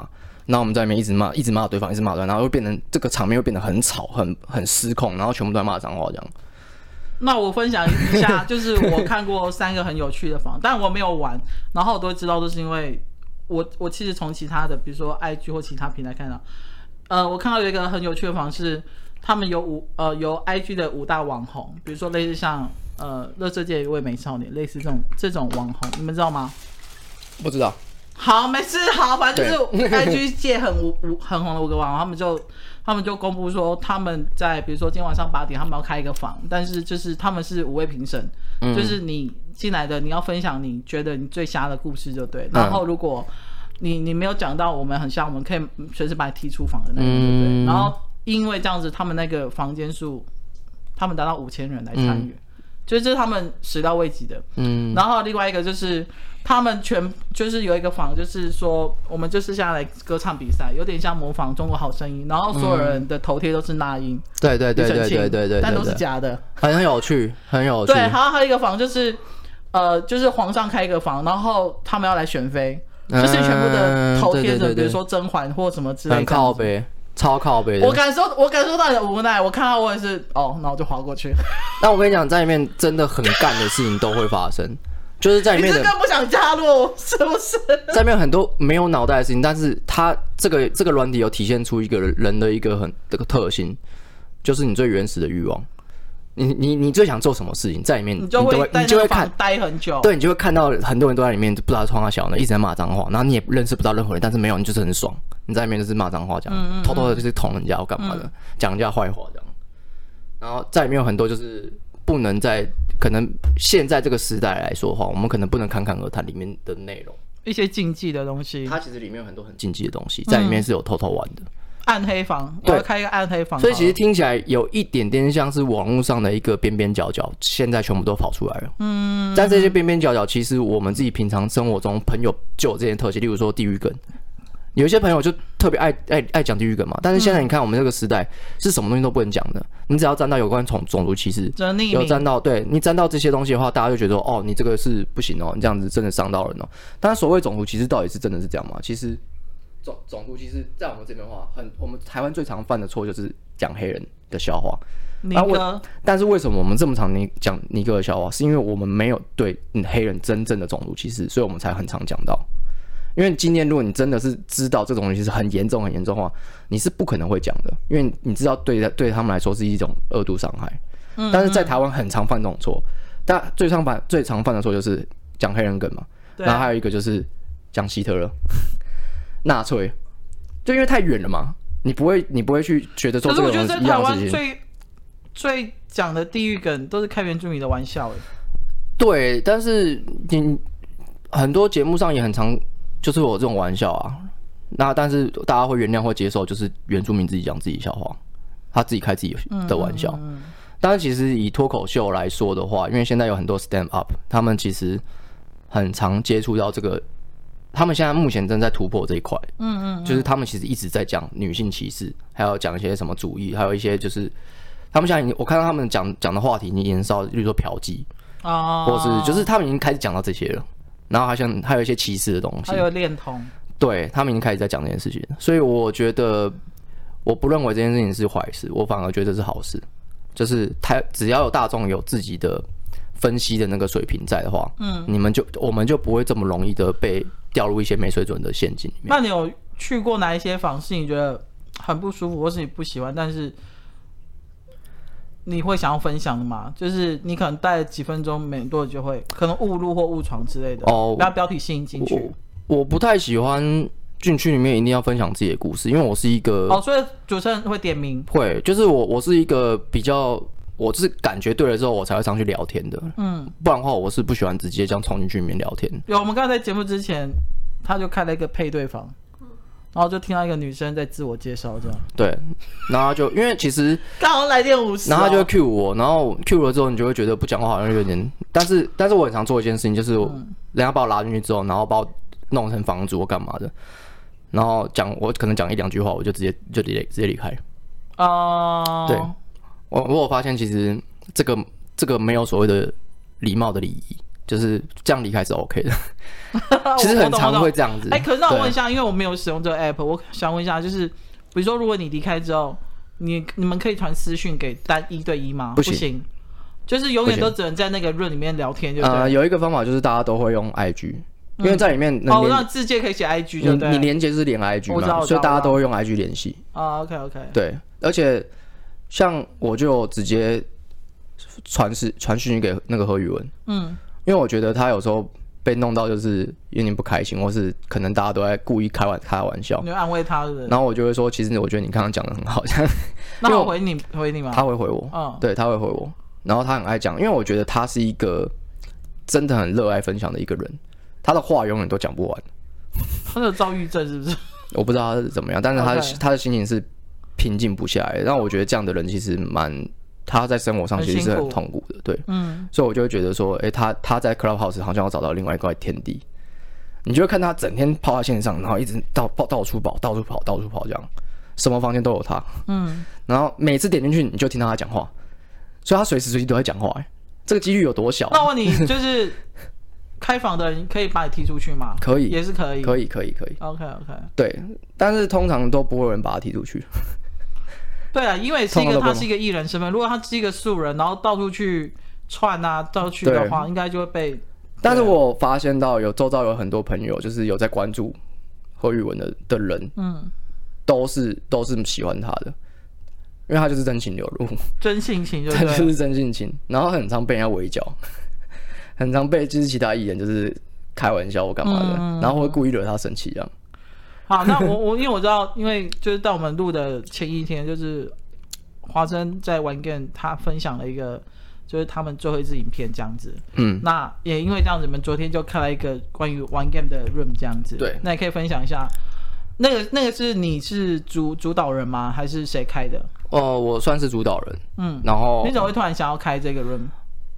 然后我们在里面一直骂，一直骂对方，一直骂对方，然后会变成这个场面会变得很吵，很很失控，然后全部都在骂脏话这样。那我分享一下，就是我看过三个很有趣的房，但我没有玩，然后我都会知道，都是因为我我其实从其他的，比如说 IG 或其他平台看到，呃，我看到有一个很有趣的房是，他们有五呃有 IG 的五大网红，比如说类似像呃乐色界一位美少年，类似这种这种网红，你们知道吗？不知道，好，没事，好，反正就是 IG 界很无无很红的五个网红，他们就他们就公布说他们在比如说今天晚上八点他们要开一个房，但是就是他们是五位评审，就是你进来的你要分享你觉得你最瞎的故事就对，然后如果你你没有讲到我们很瞎，我们可以随时把你踢出房的那种，对不对？嗯然后因为这样子，他们那个房间数，他们达到五千人来参与，就是这是他们始料未及的。嗯，然后另外一个就是他们全就是有一个房，就是说我们就是下来歌唱比赛，有点像模仿《中国好声音》，然后所有人的头贴都是那英、对对对庾澄对庆对对对，但都是对，假的。很有趣，很有趣。对，还有还有一个房就是，呃，就是皇上开一个房，然后他们要来选妃，就是全部的头嗯贴嗯对对着，对对比如说甄嬛或什么之类很的。靠北，超靠北的。我感受我感受到你的无奈，我看到我也是哦，那我就划过去。但我跟你讲，在里面真的很干的事情都会发生，就是在里你面是的更不想加入是不是？在里面很多没有脑袋的事情，但是它这个这个软体有体现出一个人的一个很这个特性，就是你最原始的欲望，你你你最想做什么事情，在里面你你就都会会在你那就个会房看。待很久。对，你就会看到很多人都在里面不知道穿他小的，一直在骂脏话，然后你也认识不到任何人，但是没有，你就是很爽，你在里面就是骂脏话这样，偷偷的就是捅人家或干嘛的，讲、人家坏话这样。然后在里面有很多就是不能在可能现在这个时代来说的话，我们可能不能侃侃而谈里面的内容，一些禁忌的东西，它其实里面有很多很禁忌的东西，在里面是有偷偷玩的，暗黑房，我对要开一个暗黑房。所以其实听起来有一点点像是网络上的一个边边角角，现在全部都跑出来了。嗯，但这些边边角角，其实我们自己平常生活中朋友就有这些特性，例如说地狱梗。有一些朋友就特别爱爱爱讲地狱梗嘛，但是现在你看我们这个时代是什么东西都不能讲的，你只要沾到有关种种族歧视，只能匿有名，沾到，对你沾到这些东西的话，大家就觉得哦，你这个是不行哦，你这样子真的伤到人哦。当然，所谓种族歧视到底是真的是这样吗？其实种种族歧视在我们这边的话，很我们台湾最常犯的错就是讲黑人的笑话。尼啊我哥，但是为什么我们这么常尼讲尼哥的笑话？是因为我们没有对嗯黑人真正的种族歧视，所以我们才很常讲到。因为今天如果你真的是知道这种东西是很严重、很严重的话，你是不可能会讲的，因为你知道对他对他们来说是一种恶度伤害。嗯但是在台湾很常犯这种错，但最常犯最常犯的错就是讲黑人梗嘛，对然后还有一个就是讲希特勒、纳粹，就因为太远了嘛，你不会你不会去觉得说这可是个我觉东得西在一台样的事湾情。最最讲的地狱梗都是开原住民的玩笑，哎对，但是你很多节目上也很常就是我这种玩笑啊。那但是大家会原谅或接受，就是原住民自己讲自己笑话，他自己开自己的玩笑。当然，其实以脱口秀来说的话，因为现在有很多 stand up，他们其实很常接触到这个，他们现在目前正在突破这一块。嗯嗯，就是他们其实一直在讲女性歧视，还有讲一些什么主义，还有一些就是他们现在已经我看到他们讲讲的话题已经延烧，例如说嫖妓，啊，或是就是他们已经开始讲到这些了，然后好像还有一些歧视的东西还，有恋童，对他们已经开始在讲这件事情了，所以我觉得我不认为这件事情是坏事，我反而觉得是好事，就是他只要有大众有自己的分析的那个水平在的话，嗯，你们就我们就不会这么容易的被掉入一些没水准的陷阱里面。那你有去过哪一些房是你觉得很不舒服，或是你不喜欢，但是你会想要分享的吗？就是你可能待了几分钟，没多久就会可能误入或误闯之类的，哦让标题吸引进去。我我不太喜欢进去里面一定要分享自己的哦故事，因为我是一个哦，所以主持人会点名，会，就是我我是一个比较我是感觉对了之后，我才会上去聊天的。嗯，不然的话，我是不喜欢直接这样冲进去里面聊天。有，我们刚才在节目之前，他就开了一个配对房，然后就听到一个女生在自我介绍，这样，对，然后就因为其实，刚好来电五十、哦然后他就会 cue 我，然后 cue 了之后，你就会觉得不讲话好像有点，但是但是我很常做一件事情，就是人家把我拉进去之后，然后把我弄成房主或干嘛的，然后讲我可能讲一两句话，我就直接就直接直接离开。啊，对 我我有发现，其实这个这个没有所谓的礼貌的礼仪，就是这样离开是 OK 的。其实啊我很懂常。我会懂这样子。哎、可是那我对问一下，因为我没有使用这个 app，我想问一下，就是比如说，如果你离开之后，你你们可以传私讯给单一对一吗？不不行就是永远不行都只能在那个 room 里面聊天，就对了。呃，有一个方法就是大家都会用 IG，因为在里面能哦，连、那字界可以写 IG 你就对你了。连接是连我 IG 嘛，知道我知道所以大我家知道都会用 IG 联系。啊，OK OK，对，而且像我就直接传是传讯息给那个何宇文，嗯，因为我觉得他有时候被弄到就是有点不开心，或是可能大家都在故意开玩开玩笑你。就安慰他是不是？然后我就会说，其实我觉得你刚刚讲的很好， 这样那因为我我回你回你吗？他会回我，嗯对，他会回我，然后他很爱讲，因为我觉得他是一个真的很热爱分享的一个人，他的话永远都讲不完。他有躁郁症是不是？我不知道他是怎么样，但是他的 OK 他的心情是平静不下来的。但我觉得这样的人其实蛮，他在生活上很其实是辛苦很痛苦的，对，嗯，所以我就会觉得说，诶，他他在 Clubhouse 好像要找到另外一块天地。你就会看他整天泡在线上，然后一直到到到处跑，到处跑，到处跑，这样，什么房间都有他。嗯，然后每次点进去，你就听到他讲话，所以他随时随地都在讲话、诶这个几率有多小？那我问你，就是开房的人可以把你踢出去吗？可以也是可以，可以。以，可以，可以， OK OK，对。但是通常都不会有人把他踢出去。对啊，因为是一通常个都不他能是一个艺人身份，如果他是一个素人，然后到处去串啊，到处去的对话，应该就会被但是我发现到有周遭有很多朋友，就是有在关注何宇文的的人，嗯都是都是喜欢他的，因为他就是真情流露，真性情，就他就对了。是真性情，然后很常被人家围剿， 很常被就是其他艺人就是开玩笑或干嘛的，然后会故意惹他生气这样。好，那我我因为我知道，因为就是在我们录的前一天，就是华生在玩 game，他分享了一个就是他们最后一支影片这样子。嗯，那也因为这样子，你们昨天就开了一个关于玩 game 的 room 这样子。对那也可以分享一下，那个那个是你是主主导人吗？还是谁开的？哦，我算是主导人，嗯，然后你怎么会突然想要开这个 room？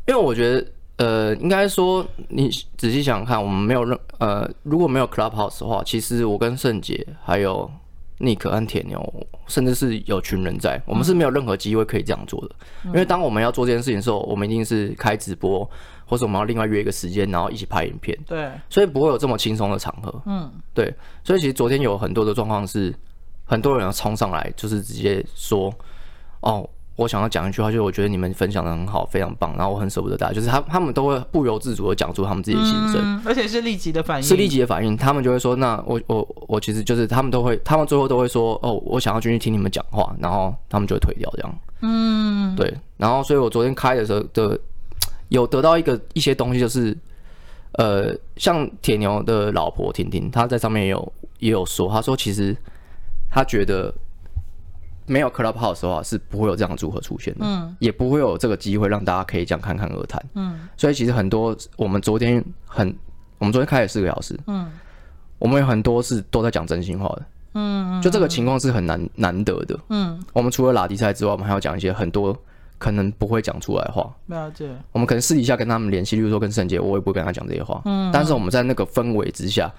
因为我觉得，呃，应该说你仔细想想看，我们没有任呃，如果没有 Clubhouse 的话，其实我跟圣杰还有尼克和铁牛，甚至是有群人在，我们是没有任何机会可以这样做的。因为当我们要做这件事情的时候，我们一定是开直播，或者我们要另外约一个时间，然后一起拍影片，对，所以不会有这么轻松的场合。嗯，对，所以其实昨天有很多的状况是，很多人要冲上来，就是直接说，哦，我想要讲一句话，就是我觉得你们分享的很好，非常棒，然后我很舍不得大家，就是他他们都会不由自主的讲出他们自己的心声。嗯，而且是立即的反应，是立即的反应，他们就会说：“那我我我其实就是他们都会，他们最后都会说哦，我想要进去听你们讲话，然后他们就会退掉这样。”嗯，对。然后，所以我昨天开的时候的有得到一个一些东西，就是呃，像铁牛的老婆婷婷，她在上面也有也有说，她说其实她觉得没有 Clubhouse 的话是不会有这样的组合出现的，嗯，也不会有这个机会让大家可以这样侃侃而谈，嗯。所以其实很多我们昨天很我们昨天开了四个小时，嗯，我们有很多是都在讲真心话的，嗯，就这个情况是很难难得的，嗯，我们除了拉迪赛之外，我们还要讲一些很多可能不会讲出来的话，了解，我们可能私底下跟他们联系，例如说跟圣杰，我也不会跟他讲这些话，嗯，但是我们在那个氛围之下，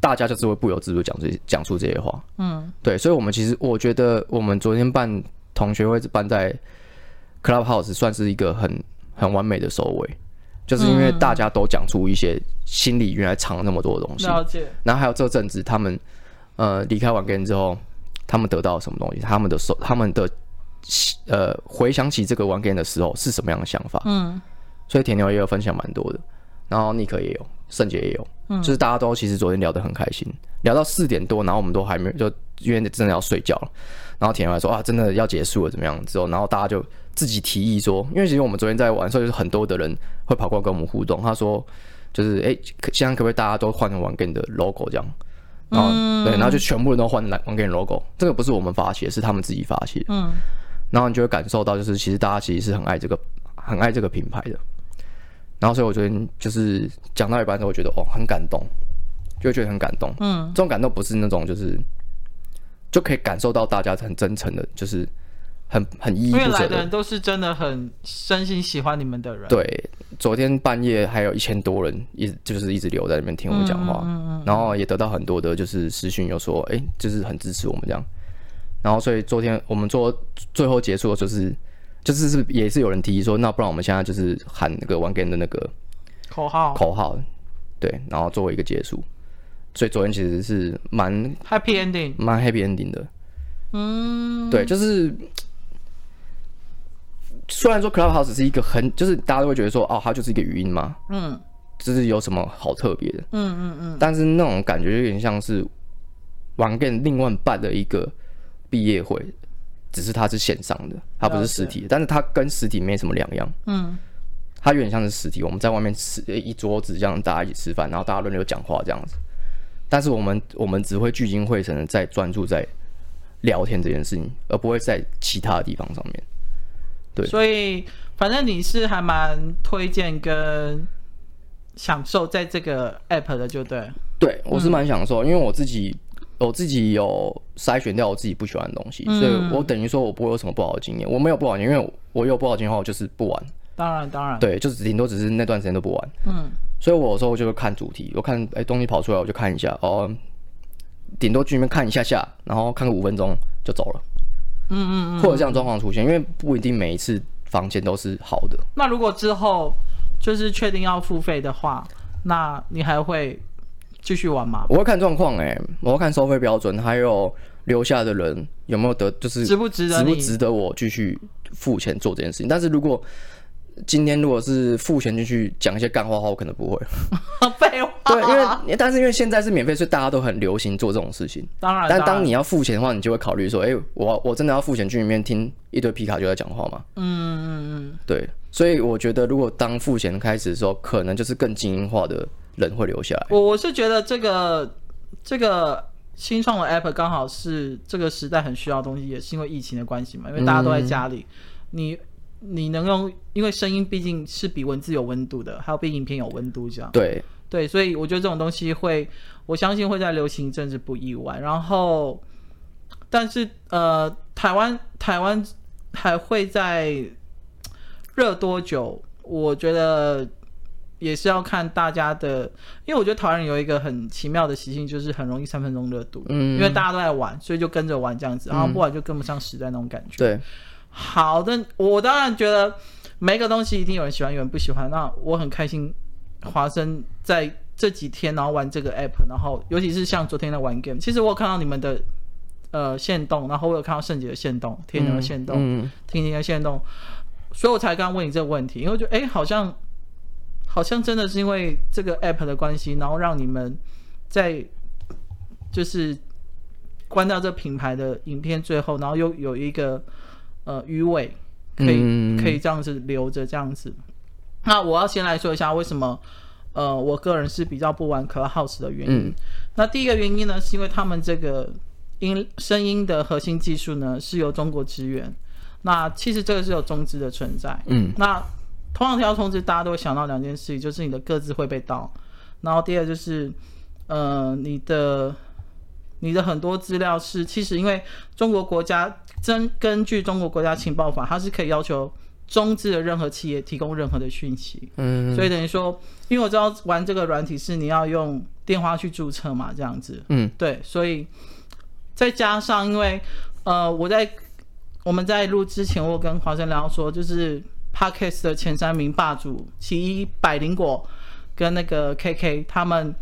大家就是会不由自主讲这讲出这些话，嗯，对，所以我们其实我觉得我们昨天办同学会办在 Clubhouse 算是一个很很完美的收尾。就是因为嗯大家都讲出一些心里原来藏了那么多的东西，了解，然后还有这阵子他们呃离开玩 game 之后，他们得到了什么东西？他们的手，他们的呃回想起这个玩 game 的时候是什么样的想法？嗯，所以铁牛也有分享蛮多的，然后尼克也有，圣杰也有，就是大家都其实昨天聊得很开心，聊到四点多，然后我们都还没有就因为真的要睡觉了，然后铁牛还说啊真的要结束了怎么样之后，然后大家就自己提议说，因为其实我们昨天在玩，所以就是很多的人会跑过来跟我们互动，他说就是哎、可现在可不可以大家都换成玩 game 的 logo 这样？啊嗯然后、对，然后就全部人都换来玩 game logo，这个不是我们发起的，是他们自己发起的。嗯，然后你就会感受到，就是其实大家其实是很爱这个很爱这个品牌的。然后所以我昨天就是讲到一半的时候，我觉得哦很感动，就会觉得很感动。嗯，这种感动不是那种就是就可以感受到大家很真诚的，就是很很依依因为不来舍的的人。都是真的很真心喜欢你们的人。对，昨天半夜还有一千多人一直就是一直留在那边听我们讲话，然后也得到很多的就是私讯，又说哎、诶就是很支持我们这样。然后所以昨天我们做最后结束的就是就是是也是有人提议说，那不然我们现在就是喊那个 One Game 的那个口号口号，对，然后作为一个结束。所以昨天其实是蛮 Happy Ending，蛮 happy ending 的。嗯，对，就是虽然说 Clubhouse 是一个很，就是大家都会觉得说，哦，它就是一个语音嘛，嗯，就是有什么好特别的，嗯嗯嗯，但是那种感觉有点像是玩跟另外办的一个毕业会，只是它是线上的，它不是实体的，但是它跟实体没什么两样，嗯。它有点像是实体，我们在外面吃一桌子这样，大家一起吃饭，然后大家轮流讲话这样子。但是我们我们只会聚精会神的在专注在聊天这件事情，而不会在其他的地方上面。对所以反正你是还蛮推荐跟享受在这个 app 的，就对。对我是蛮享受，因为我自己我自己有筛选掉我自己不喜欢的东西，所以我等于说我不会有什么不好的经验，我没有不好的经验，因为我有不好的经验的话，我就是不玩。当然，当然，对，就只顶多只是那段时间都不玩。嗯，所以我有时候就会看主题，我看哎、东西跑出来，我就看一下哦，顶多去那边看一下下，然后看个五分钟就走了。嗯嗯嗯，会有这样的状况出现，因为不一定每一次房间都是好的。那如果之后就是确定要付费的话，那你还会继续玩吗？ 我会看状况哎，我会看收费标准，还有留下的人有没有得，就是值不值得你不值得我继续付钱做这件事情。但是如果今天如果是付钱进去讲一些干话的话，我可能不会。废话，对，因为但是因为现在是免费，所以大家都很流行做这种事情。当然，但啊当当然你要付钱的话，你就会考虑说，哎、我我真的要付钱去里面听一堆皮卡丘在讲话吗？嗯嗯嗯，对，所以我觉得如果当付钱开始的时候，可能就是更精英化的人会留下来。我我是觉得这个这个新创的 app 刚好是这个时代很需要的东西，也是因为疫情的关系嘛，因为大家都在家嗯里，你你能用，因为声音毕竟是比文字有温度的，还有比影片有温度这样。对，对，所以我觉得这种东西会，我相信会在流行政治不意外。然后，但是呃，台湾台湾还会在热多久？我觉得也是要看大家的，因为我觉得台湾人有一个很奇妙的习性，就是很容易三分钟热度，嗯因为大家都在玩，所以就跟着玩这样子，然后不玩就跟不上时代那种感觉。对，好的，我当然觉得每一个东西一定有人喜欢，有人不喜欢。那我很开心，华生在这几天然后玩这个 app，然后尤其是像昨天的玩 game，其实我有看到你们的呃线动，然后我有看到圣杰的线动、天牛的线动、嗯，婷婷的线动，所以我才刚问你这个问题，因为我觉得哎，好像好像真的是因为这个 app 的关系，然后让你们在就是关掉这品牌的影片最后，然后又有一个呃鱼尾，可以、嗯可以这样子留着这样子。那我要先来说一下为什么呃我个人是比较不玩 Clubhouse 的原因。嗯那第一个原因呢，是因为他们这个音声音的核心技术呢是由中国支援，那其实这个是有中资的存在。嗯那通常提到中资，大家都会想到两件事情，就是你的各自会被盗，然后第二就是呃你的。你的很多资料是，其实因为中国国家真根据中国国家情报法，它是可以要求中资的任何企业提供任何的讯息。嗯所以等于说，因为我知道玩这个软体是你要用电话去注册嘛，这样子，嗯，对，所以再加上因为呃，我在我们在录之前，我有跟华生聊到说，就是 Podcast 的前三名霸主，其一百灵果跟那个 KK 他们。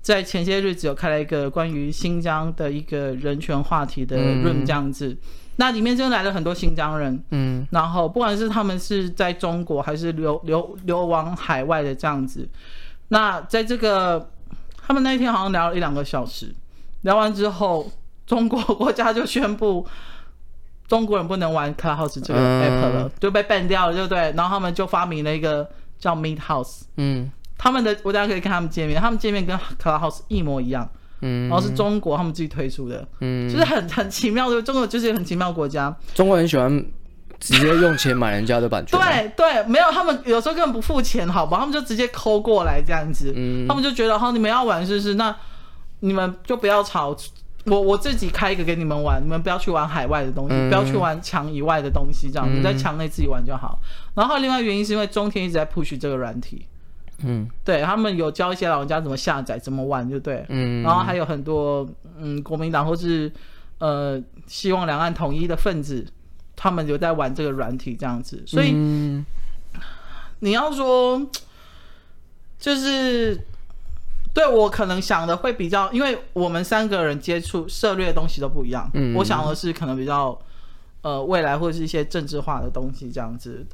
在前些日子有开了一个关于新疆的一个人权话题的嗯 room 这样子，那里面真的来了很多新疆人，嗯然后不管是他们是在中国还是流流流亡海外的这样子，那在这个他们那一天好像聊了一两个小时，聊完之后，中国国家就宣布中国人不能玩 Clubhouse 这个嗯 app 了，就被 ban 掉了，对不对？然后他们就发明了一个叫 Meet House，嗯他们的我等一下可以跟他们见面，他们见面跟 Clubhouse 一模一样，嗯然后是中国他们自己推出的，嗯，就是很很奇妙的。中国就是一个很奇妙的国家，中国人喜欢直接用钱买人家的版权啊、对对，没有他们有时候根本不付钱，好吧，他们就直接抠过来这样子，嗯他们就觉得好，你们要玩是不是？那你们就不要吵，我我自己开一个给你们玩，你们不要去玩海外的东西，嗯不要去玩墙以外的东西，这样、你们在墙内自己玩就好。然后另外原因是因为中天一直在 push 这个软体，嗯对他们有教一些老人家怎么下载、怎么玩，就对。嗯，然后还有很多嗯，国民党或是呃希望两岸统一的分子，他们有在玩这个软体这样子，所以嗯你要说，就是对我可能想的会比较，因为我们三个人接触涉猎的东西都不一样。嗯我想的是可能比较呃未来或者是一些政治化的东西这样子。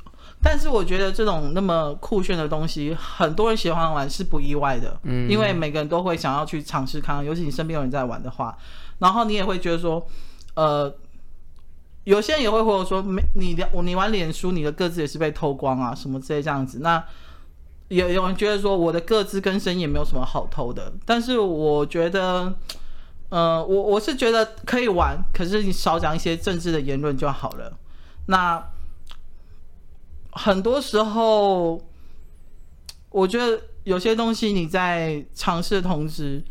但是我觉得这种那么酷炫的东西，很多人喜欢玩是不意外的，嗯因为每个人都会想要去尝试看看，尤其你身边有人在玩的话，然后你也会觉得说，呃，有些人也会回我说，没你的你玩脸书，你的个资也是被偷光啊，什么之类这样子。那也有人觉得说，我的个资跟声音也没有什么好偷的，但是我觉得，呃，我我是觉得可以玩，可是你少讲一些政治的言论就好了。那很多时候，我觉得有些东西你在尝试的同时，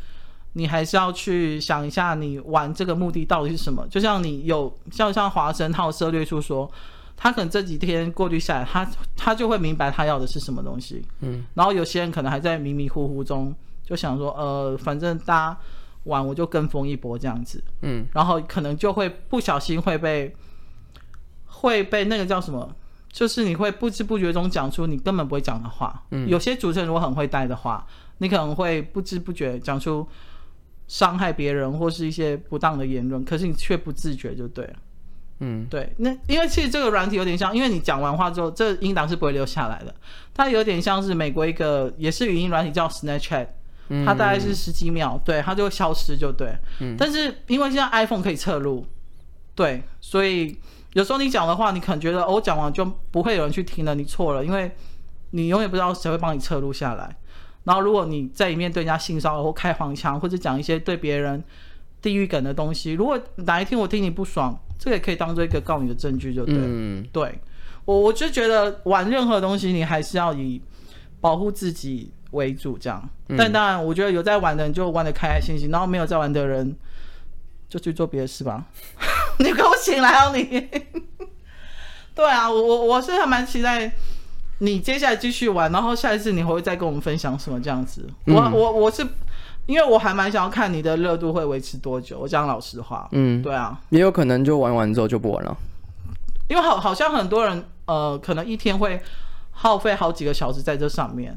你还是要去想一下，你玩这个目的到底是什么。就像你有像像华生他有涉略出说，他可能这几天过滤下来，他他就会明白他要的是什么东西。嗯，然后有些人可能还在迷迷糊糊中，就想说，呃，反正大家玩我就跟风一波这样子。嗯然后可能就会不小心会被会被那个叫什么，就是你会不知不觉中讲出你根本不会讲的话。嗯有些主持人如果很会带的话，你可能会不知不觉讲出伤害别人或是一些不当的言论，可是你却不自觉就对了。嗯对，那因为其实这个软体有点像，因为你讲完话之后，这音档是不会留下来的。它有点像是美国一个也是语音软体叫 Snapchat，它嗯大概是十几秒，对，它就会消失，就对。但是因为现在 iPhone 可以侧录，对，所以有时候你讲的话，你可能觉得哦，我讲完就不会有人去听了，你错了，因为你永远不知道谁会帮你侧录下来。然后如果你在里面对人家性骚扰或开黄腔，或者讲一些对别人地域梗的东西，如果哪一天我听你不爽，这个也可以当做一个告你的证据，就对了。嗯对我，我就觉得玩任何东西，你还是要以保护自己为主，这样。嗯但当然，我觉得有在玩的人就玩的开开心心，然后没有在玩的人就去做别的事吧。 你给我醒来哦，你！对啊，我我我是还蛮期待你接下来继续玩，然后下一次你会再跟我们分享什么这样子。我嗯我我是因为我还蛮想要看你的热度会维持多久，我讲老实话。嗯，对啊，也有可能就玩完之后就不玩了。因为好好像很多人呃，可能一天会耗费好几个小时在这上面。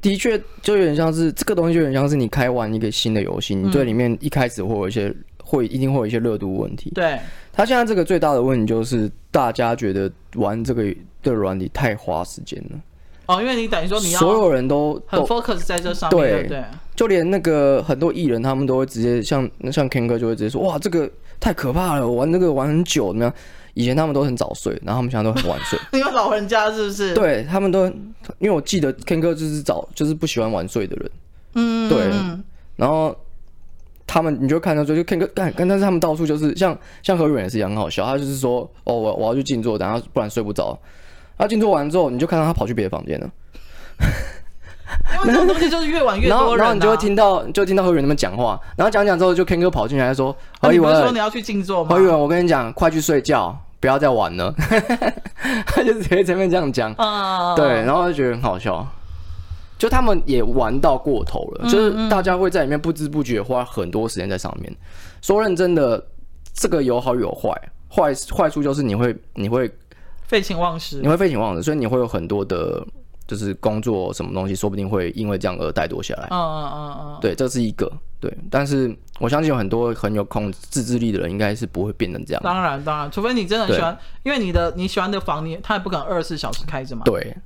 的确，就有点像是这个东西，就有点像是你开玩一个新的游嗯戏，你对里面一开始会有一些，会一定会有一些热度问题。对，它现在这个最大的问题就是，大家觉得玩这个的软体太花时间了，哦，因为你等于说你要所有人都很都 focus 在这上面，对不对对？就连那个很多艺人，他们都会直接像像 Ken 哥就会直接说，哇，这个太可怕了，我玩这个玩很久，怎么样？以前他们都很早睡，然后他们现在都很晚睡。因为老人家是不 是？，对他们都，因为我记得 Ken 哥就是早就是不喜欢晚睡的人，嗯，对然后他们你就看到说，就 Ken 哥干干，但是他们到处就是像像何远也是一样很好笑，他就是说哦我我要去静坐，然后不然睡不着。他静坐完之后，你就看到他跑去别的房间了，因为这种东西就是越玩越然多后人、然啊，后你就会听到就听到何远那边讲话，然后讲讲之后，就 Ken 哥跑进来说哎啊。何你远不是说你要去静坐吗何？远，我跟你讲，快去睡觉，不要再玩了。 他就直接前面这样讲，嗯，对，然后就觉得很好笑。就他们也玩到过头了，嗯就是大家会在里面不知不觉花很多时间在上面。说认真的，这个有好有坏，坏坏处就是你会你会废寝忘食你。会废寝忘食，所以你会有很多的，就是工作什么东西，说不定会因为这样而怠惰下来嗯。嗯嗯嗯，对，这是一个对，但是我相信有很多很有控自制力的人，应该是不会变成这样。当然当然，除非你真的很喜欢，因为你的你喜欢的房，你他也不可能二十四小时开着嘛。对，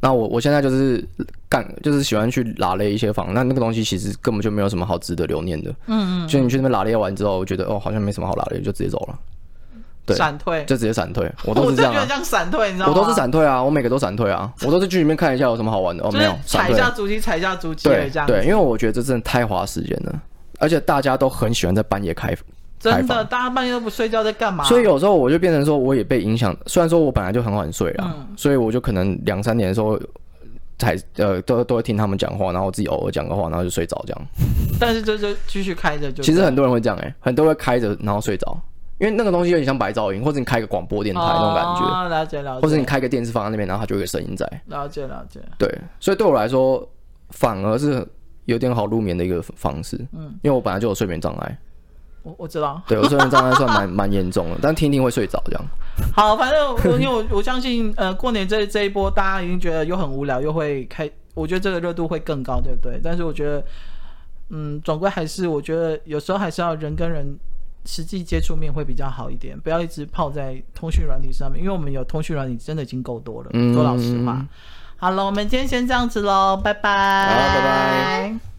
那我我现在就是干，就是喜欢去拉勒一些房，那那个东西其实根本就没有什么好值得留念的。嗯嗯，就你去那边拉勒完之后，我觉得哦，好像没什么好拉勒，就直接走了，对闪退，就直接闪退。我我都是真这的样觉得啊这，样闪退，你知道我吗？都是，闪退啊，我每个都闪退啊，我都是去里面看一下有什么好玩的。哦，就没是有，闪踩一退下。足迹，踩一下足迹，对这样子对，因为我觉得这真的太花时间了。而且大家都很喜欢在半夜开开真房的，，大家半夜都不睡觉在干嘛？所以有时候我就变成说，我也被影响。虽然说我本来就很晚睡嗯啦，所以我就可能两三点的时候才呃都都会听他们讲话，然后我自己偶尔讲个话，然后就睡着这样。但是就就继续开着就对了。其实很多人会这样哎、很多人会开着然后睡着，因为那个东西有点像白噪音，或者你开个广播电台那种感觉，哦、了解了解，或者你开个电视放在那边，然后它就有个声音在。了解了解，对，所以对我来说反而是有点好入眠的一个方式。嗯，因为我本来就有睡眠障碍，我我知道。对我睡眠障碍算蛮蛮严重的，但听一听会睡着这样。好，反正我因为我我相信，呃，过年这这一波大家已经觉得又很无聊，又会开，我觉得这个热度会更高，对不对？但是我觉得，嗯，总归还是我觉得有时候还是要人跟人实际接触面会比较好一点，不要一直泡在通讯软体上面，因为我们有通讯软体真的已经够多了，嗯说老实话。好了，我们今天先这样子喽，拜拜，好拜拜。